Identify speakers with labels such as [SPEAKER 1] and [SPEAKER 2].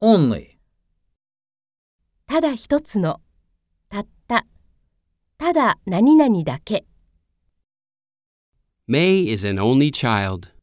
[SPEAKER 1] only,
[SPEAKER 2] ただ一つの、たった、ただ何々だけ。
[SPEAKER 3] May is an only child.